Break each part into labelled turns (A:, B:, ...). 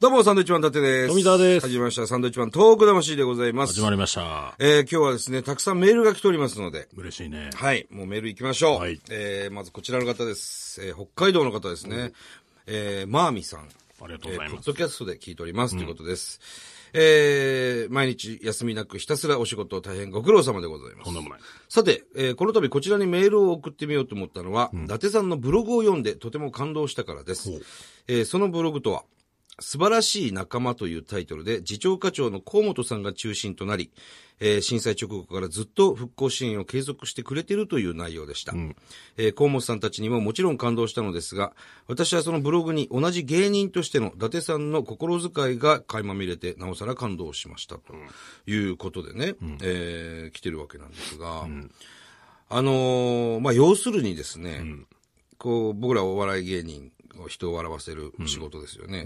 A: どうも、サンドイッチマン伊達です。
B: 富澤です
A: 始まりました。サンドイッチマントーク魂でございます。
B: 始まりました。
A: えー、今日はですね、たくさんメールが来ておりますので、
B: 嬉しいね。
A: はい、もうメール行きましょう。
B: はい
A: えー、まずこちらの方です。えー、北海道の方ですね。えー、マーミさん。
B: ありがとうござい
A: えーポ
B: ま
A: ッ
B: す。
A: ドキャストで聞いております、ということです。えー、毎日休みなくひたすらお仕事を大変ご苦労様でございま
B: と
A: す
B: んで。もない。
A: さて、えーこの度こちらにメールを送ってみようと思ったのは、伊達さんのブログを読んでとても感動したからです
B: ほう。
A: えーそのブログとは、素晴らしい仲間というタイトルで、次長課長の河本さんが中心となり、えー震災直後からずっと復興支援を継続してくれているという内容でした。えー河本さんたちにももちろん感動したのですが、私はそのブログに同じ芸人としての伊達さんの心遣いが垣間見れて、なおさら感動しました。ということでね、えー来てるわけなんですが、あのーまあ、要するにですね、こう、僕らお笑い芸人を人を笑わせる仕事ですよね。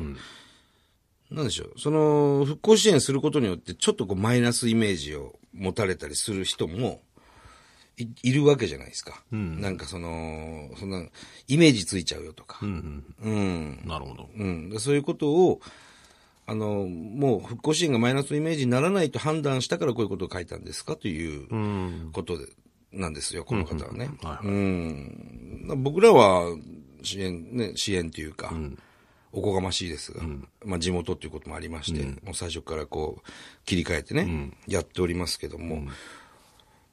A: なんでしょう。その、復興支援することによって、ちょっとこう、マイナスイメージを持たれたりする人も、いいるわけじゃないですか。なんかその、そんな、イメージついちゃうよとか。うん
B: なるほど。
A: うん、でそういうことを、あの、もう復興支援がマイナスイメージにならないと判断したからこういうことを書いたんですかということで、なんですよ、この方はね。
B: はい
A: うん、僕らは支援、ね、支援というか、おこがましいですが、まあ地元ということもありまして、もう最初からこう、切り替えてね、やっておりますけども、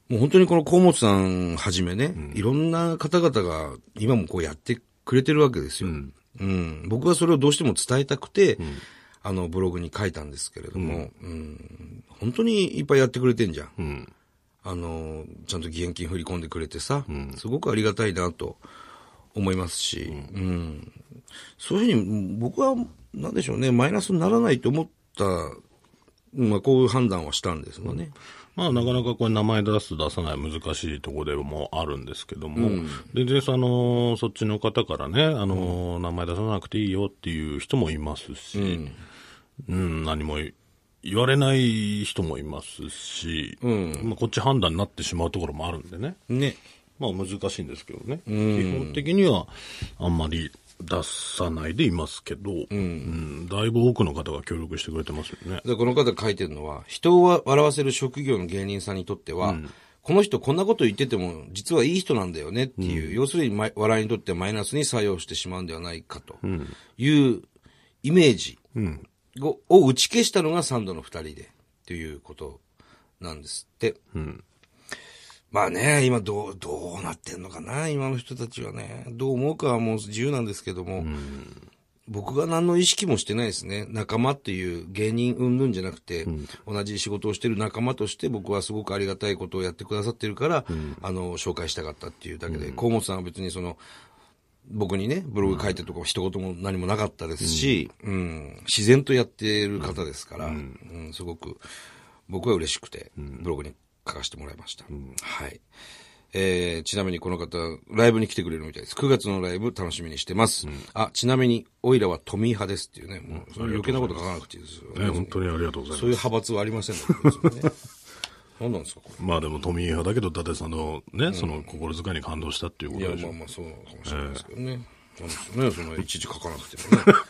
A: もう本当にこの河本さんはじめね、いろんな方々が今もこうやってくれてるわけですよ。うん。僕はそれをどうしても伝えたくて、あのブログに書いたんですけれども、うん本当にいっぱいやってくれてんじゃん。
B: うん。
A: あの、ちゃんと義援金振り込んでくれてさ、すごくありがたいなと思いますし、うんそういうふうに僕は、なんでしょうね、マイナスにならないと思った、まあこういう判断はしたんですよね。
B: まあ、なかなかこれ名前出す出さない難しいところでもあるんですけども、全然その、そっちの方からね、あの、名前出さなくていいよっていう人もいますし、うん、何も言われない人もいますし、まあ、こっち判断になってしまうところもあるんでね。
A: ね。
B: まあ難しいんですけどね。基本的にはあんまり出さないでいますけど、うんだいぶ多くの方が協力してくれてますよね。
A: で、この方が書いてるのは、人を笑わせる職業の芸人さんにとっては、この人こんなこと言ってても、実はいい人なんだよねっていう、要するにま笑いにとってマイナスに作用してしまうんではないかというイメージを,、打ち消したのがサンドの二人で、ということなんですって。まあね、今どう、どうなってんのかな、今の人たちはね。どう思うかはもう自由なんですけども、僕が何の意識もしてないですね。仲間っていう芸人うんぬんじゃなくて、同じ仕事をしてる仲間として僕はすごくありがたいことをやってくださってるから、あの、紹介したかったっていうだけで、河、本さんは別にその、僕にね、ブログ書いてるとか一言も何もなかったですし、うん、自然とやってる方ですから、うん、すごく僕は嬉しくて、ブログに書かせてもらいました。はい。えー、ちなみにこの方、ライブに来てくれるみたいです。9月のライブ楽しみにしてます。あ、ちなみに、オイラは富派ですっていうね、もう、その余計なこと書かなくていいですよ、
B: ね本当にありがとうご
A: そういう
B: ざいます。
A: 派閥はありません ので、ね、何なんですか、こ
B: まあでも富井派だけど、伊達さんのね、その心遣いに感動したっていうこ
A: れ。い
B: と
A: や、
B: でし
A: まあ
B: ょ。
A: まあ、そうかもしれないですけどね。そうですよね、その、いちいち書かなくても ね。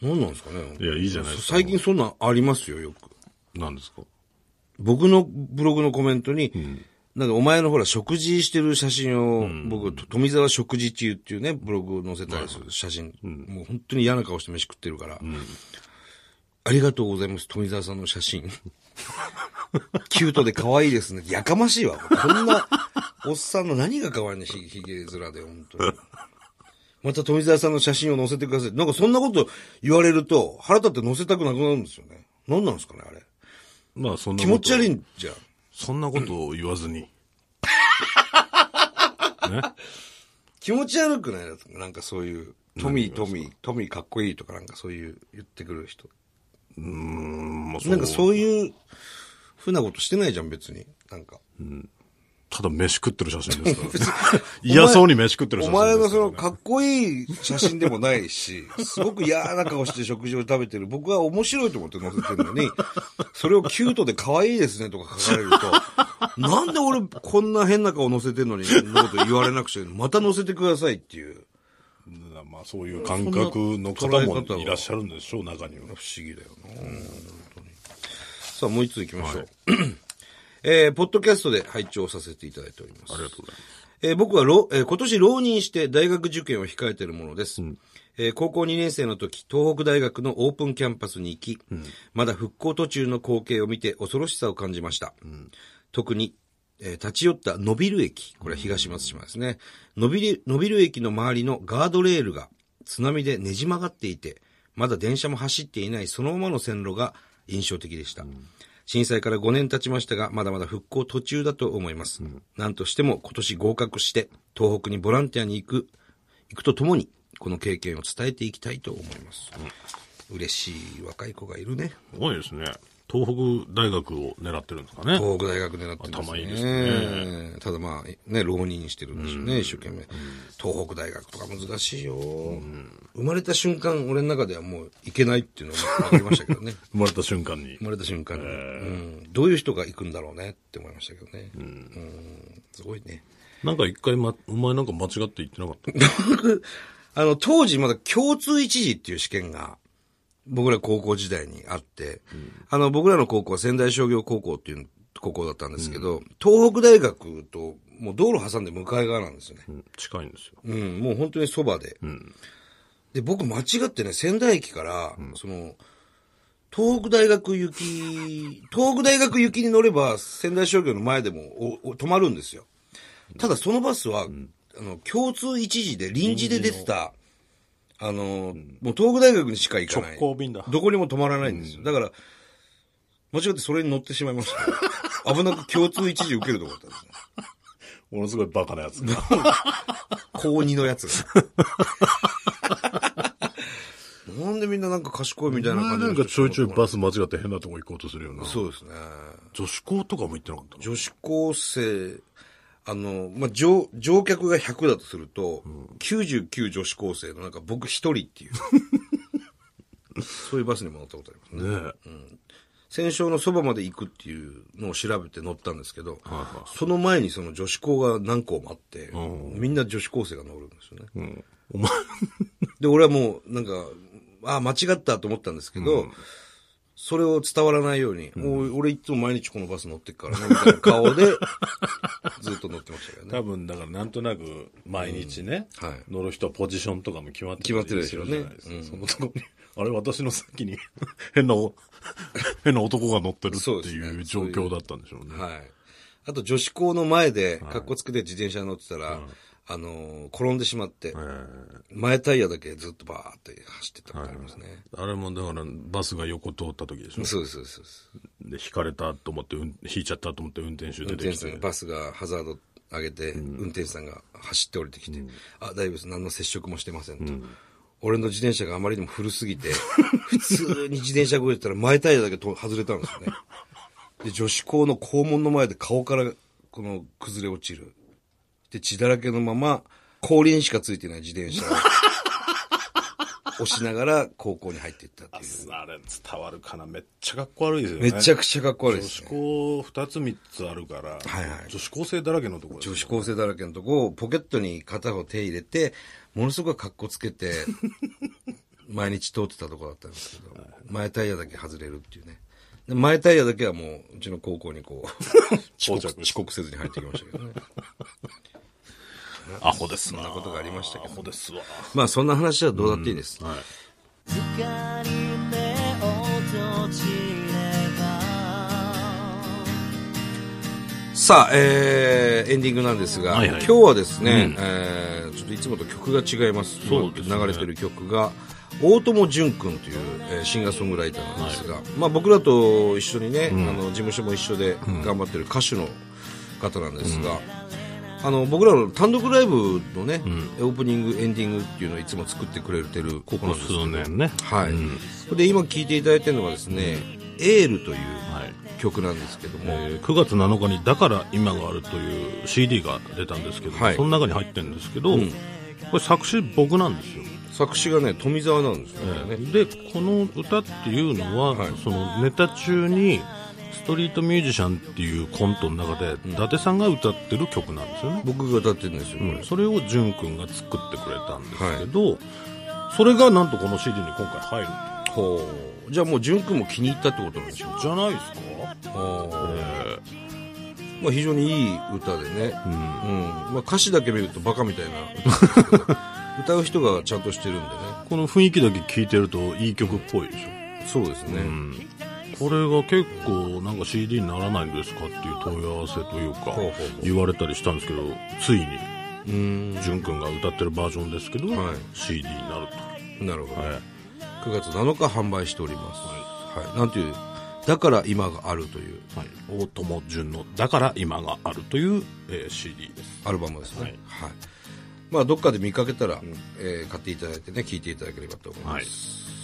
A: 何なんですかね。
B: いやいいじゃないですか
A: 最近そんなんありますよ、よく。
B: なんですか
A: 僕のブログのコメントに、なんかお前のほら食事してる写真を、僕、と富澤食事中っていうね、ブログを載せたりする写真、もう本当に嫌な顔して飯食ってるから、ありがとうございます、富澤さんの写真。 キュートで可愛いですね。やかましいわ。こんな、おっさんの何が可愛いのひひげ面で、本当に。また富澤さんの写真を載せてください。なんかそんなこと言われると、腹立って載せたくなくなるんですよね。何なんですかね、あれ。
B: まあそんな
A: 気
B: こと
A: 持ち悪いんじゃん。
B: そんなことを言わずに。ね、
A: 気持ち悪くないなんかそういう、トミー、トミー、トミーかっこいいとかなんかそういう言ってくる人。
B: うんまあ、そ
A: な
B: うん
A: かそういうふうなことしてないじゃん、別に。なん か。
B: ただ飯食ってる写真で すから。嫌そうに飯食ってる写
A: お
B: 真です
A: 前
B: から、
A: がそのかっこいい写真でもないし、すごく嫌な顔して食事を食べてる。僕は面白いと思って載せてるのに、それをキュートで可愛いですねとか書かれると、なんで俺こんな変な顔載せてるのに、そんなこと言われなくちゃいけないまた載せてくださいっていう。
B: まあまあそういう感覚の方もいらっしゃるんでしょう、中には。
A: 不思議だよな、本当にさあ、もう一つ行きましょう。 えーポッドキャストで拝聴させていただいております。
B: ありがとうござい
A: えー僕はろ、えー今年浪人して大学受験を控えているものです。えー高校2年生の時、東北大学のオープンキャンパスに行き、まだ復興途中の光景を見て恐ろしさを感じました。特に、えー立ち寄った伸びる駅、これは東松島ですね。伸びる、伸びる駅の周りのガードレールが津波でねじ曲がっていて、まだ電車も走っていないそのままの線路が印象的でした。震災から5年経ちましたが、まだまだ復興途中だと思います。なんとしても今年合格して、東北にボランティアに行く、行くとともに、この経験を伝えていきたいと思います。嬉しい若い子がいるね。
B: ます。すごいですね。東北大学を狙ってるんですかね。
A: 東北大学狙ってるんです
B: 頭
A: ね。
B: いいですね
A: ただまあ、ね、浪人してるんでしょうね、一生懸命。東北大学とか難しいよ、生まれた瞬間、俺の中ではもう行けないっていうのが分かりましたけどね。
B: 生まれた瞬間に
A: 生。まれた瞬間に、うん、どういう人が行くんだろうねって思いましたけどね。うん、すごいね。
B: なんか一回、ま、お前なんか間違って言ってなかった。
A: あの、当時まだ共通一次っていう試験が、僕ら高校時代にあって、あの、僕らの高校は仙台商業高校っていう高校だったんですけど、東北大学と、もう道路挟んで向かい側なんですよね。
B: うん近いんですよ。
A: うん、もう本当にそばで。
B: ん
A: で、僕間違ってね、仙台駅から、その、東北大学行き、東北大学行きに乗れば仙台商業の前でもおお止まるんですよ。ただそのバスは、あの、共通一時で臨時で出てた、あの、もう東北大学にしか行かない。
B: 直行便だ
A: どこにも止まらないんですよ。だから、間違ってそれに乗ってしまいま した。危なく共通一時受けるとこだったんですね。
B: ものすごいバカなやつ が。
A: 高2のやつ。なんでみんななんか賢いみたいな感じ
B: なん
A: の
B: か
A: 人
B: ちょいちょいバス間違って変なとこ行こうとするよな。
A: そうですね。
B: 女子校とかも行ってなかったの
A: 女子高生、あの、まあ、乗、乗客が100だとすると、99女子高生のなんか僕一人 っていう。そういうバスにも乗ったことありますね。
B: ねえ。
A: 戦勝のそばまで行くっていうのを調べて乗ったんですけど、その前にその女子校が何校もあって、みんな女子高生が乗るんですよね。
B: お前、
A: で、俺はもう、なんか、ああ、間違ったと思ったんですけど、それを伝わらないように、もう俺いつも毎日このバス乗ってっからね、みたいな顔で、ずっと乗ってましたけどね。
B: 多分だからなんとなく毎日ね、
A: うんはい
B: 乗る人はポジションとかも決まって
A: 決まってるでしょうね
B: たりするじゃないですかそのとこに、あれ私の先に 変なお、変な男が乗ってるって
A: そうですねそう
B: い
A: いうう
B: 状況だったんでしょうね。
A: はい。あと女子校の前で、格好つけて自転車に乗ってたら、あのー転んでしまって、前タイヤだけずっとバーって走ってったことありますね。
B: あれもだからバスが横通った時でしょ。
A: そうです、そうですそうです。
B: で、引かれたと思って、うん引いちゃったと思って運転手
A: 運
B: 出
A: 転
B: て
A: 手
B: き
A: さんが
B: て。
A: バスがハザード上げて、運転手さんが走って降りてきて、あ、大丈夫です。何の接触もしてませんと。俺の自転車があまりにも古すぎて、 普通に自転車が動いてたら前タイヤだけと外れたんですよね。で、女子校の校門の前で顔からこの崩れ落ちる。で、血だらけのまま、後輪しかついてない自転車 を押しながら高校に入っていったっていう。
B: あれ伝わるかなめっちゃかっこ悪いですよね。
A: めちゃくちゃかっこ悪い
B: 女
A: です
B: 子
A: ね。
B: 校二つ三つあるか
A: は
B: ら、
A: いはい
B: 女子高生だらけのところですよ
A: 女子高生だらけのとこをポケットに片方手入れて、ものすごい格好つけ て、毎日通ってたとこだったんですけど、前タイヤだけ外れるっていうね。で前タイヤだけはもう、うちの高校にこ う、遅
B: 到着
A: 刻遅刻せずに入ってきましたけどね。
B: アホですな。そん
A: なことがありましたけど
B: アホですわ。
A: まあそんな話はどうだっていいです。
B: はい。
C: 光目を閉じれば
A: さあ、えー、エンディングなんですが、
B: はいはい
A: 今日はですね、えーちょっといつもと曲が違います。
B: そうですね
A: 流れてる曲が、大友淳君という、えーシンガーソングライターなんですが、まあ僕らと一緒にね、あの事務所も一緒で頑張ってる歌手の方なんですが、あの僕らの単独ライブのね、オープニングエンディングっていうのをいつも作ってくれてるこ
B: この数年ね。
A: はい、
B: うん
A: で今聴いていただいてるのがですね「エール」という
B: はい。
A: 曲なんですけども、
B: えー9月7日に「だから今がある」という CD が出たんですけど、
A: はい
B: その中に入ってるんですけ
A: う
B: ど、
A: ん
B: これ作詞僕なんですよ、
A: 作詞がね富澤なんですよ
B: え
A: ね、
B: ーでこの歌っていうのは、
A: はい
B: そのネタ中にストリートミュージシャンっていうコントの中で、伊達さんが歌ってる曲なんですよね、
A: 僕が歌ってるんですよ、これ
B: それを淳君が作ってくれたんですけど、それがなんとこの CD に今回入る
A: ほうじゃあもう淳君も気に入ったってことなんでしょう
B: じゃないですか
A: まあ、非常にいい歌でね、うんまあ、歌詞だけ見るとバカみたいな歌ですけど 歌う人がちゃんとしてるんでね
B: この雰囲気だけ聴いてるといい曲っぽいでし
A: そ
B: ょ
A: うですね、
B: これが結構なんか CD にならないんですかっていう問い合わせというか
A: ほうほうほう
B: 言われたりしたんですけどついに淳君が歌ってるバージョンですけど、
A: はい
B: CD になる
A: なるほ
B: と、
A: ど、
B: はい
A: 9月7日販売しております、はいなんていうだから今があるという
B: はい、大友淳の「だから今がある」という、えー CD です
A: アルバムですね、は
B: はいい
A: まあ、どっかで見かけたら、えー買っていただいてね聴いていただければと思います、
B: はい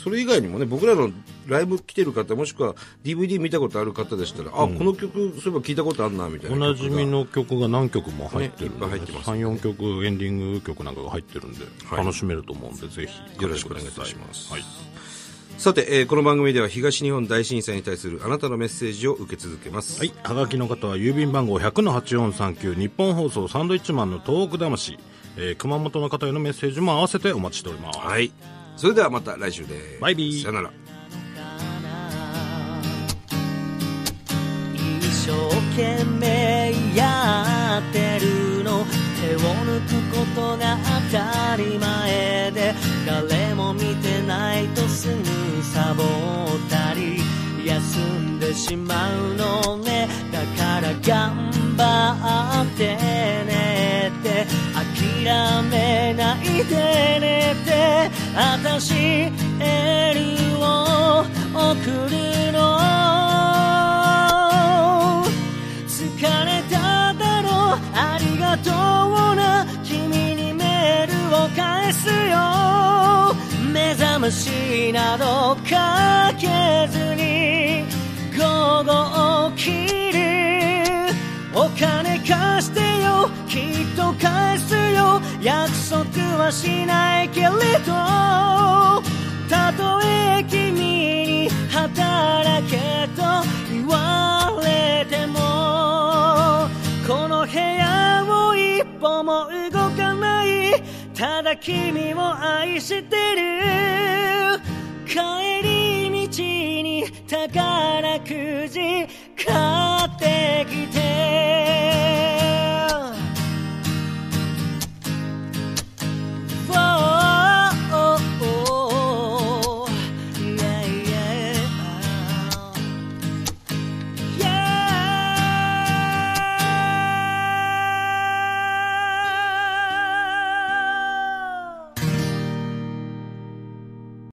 A: それ以外にもね僕らのライブ来てる方もしくは DVD 見たことある方でしたら、あこの曲そういえば聴いたことあんなみたい
B: お
A: な
B: なじみ
A: の
B: の曲が何曲も入ってるんで、
A: ねいっぱい入ってますね
B: 34曲エンディング曲なんかが入ってるんで、
A: はい
B: 楽しめると思うんでぜひ
A: よろしくお願いいたします
B: はい、
A: さて、えーこの番組では東日本大震災に対するあなたのメッセージを受け続けます。
B: はい、はがきの方は郵便番号100-8439日本放送サンドイッチマンの東北魂、えー熊本の方へのメッセージも合わせてお待ちしております、
A: はい。それではまた来週です。
B: バイビー
A: さよなら。
C: 一生懸命やってるの手を抜くことが当たり前で誰も見てないとすぐサボったり休んでしまうのねだから頑張ってねって諦めないでねって私エールを送るの疲れただろうありがとうな君にメールを返すよ目覚ましなどかけずに午後起きるお金貸してよきっと返すよ約束はしないけれどたとえ君に働けと言われてもこの部屋を一歩も動かないただ君を愛してる帰り道に宝くじ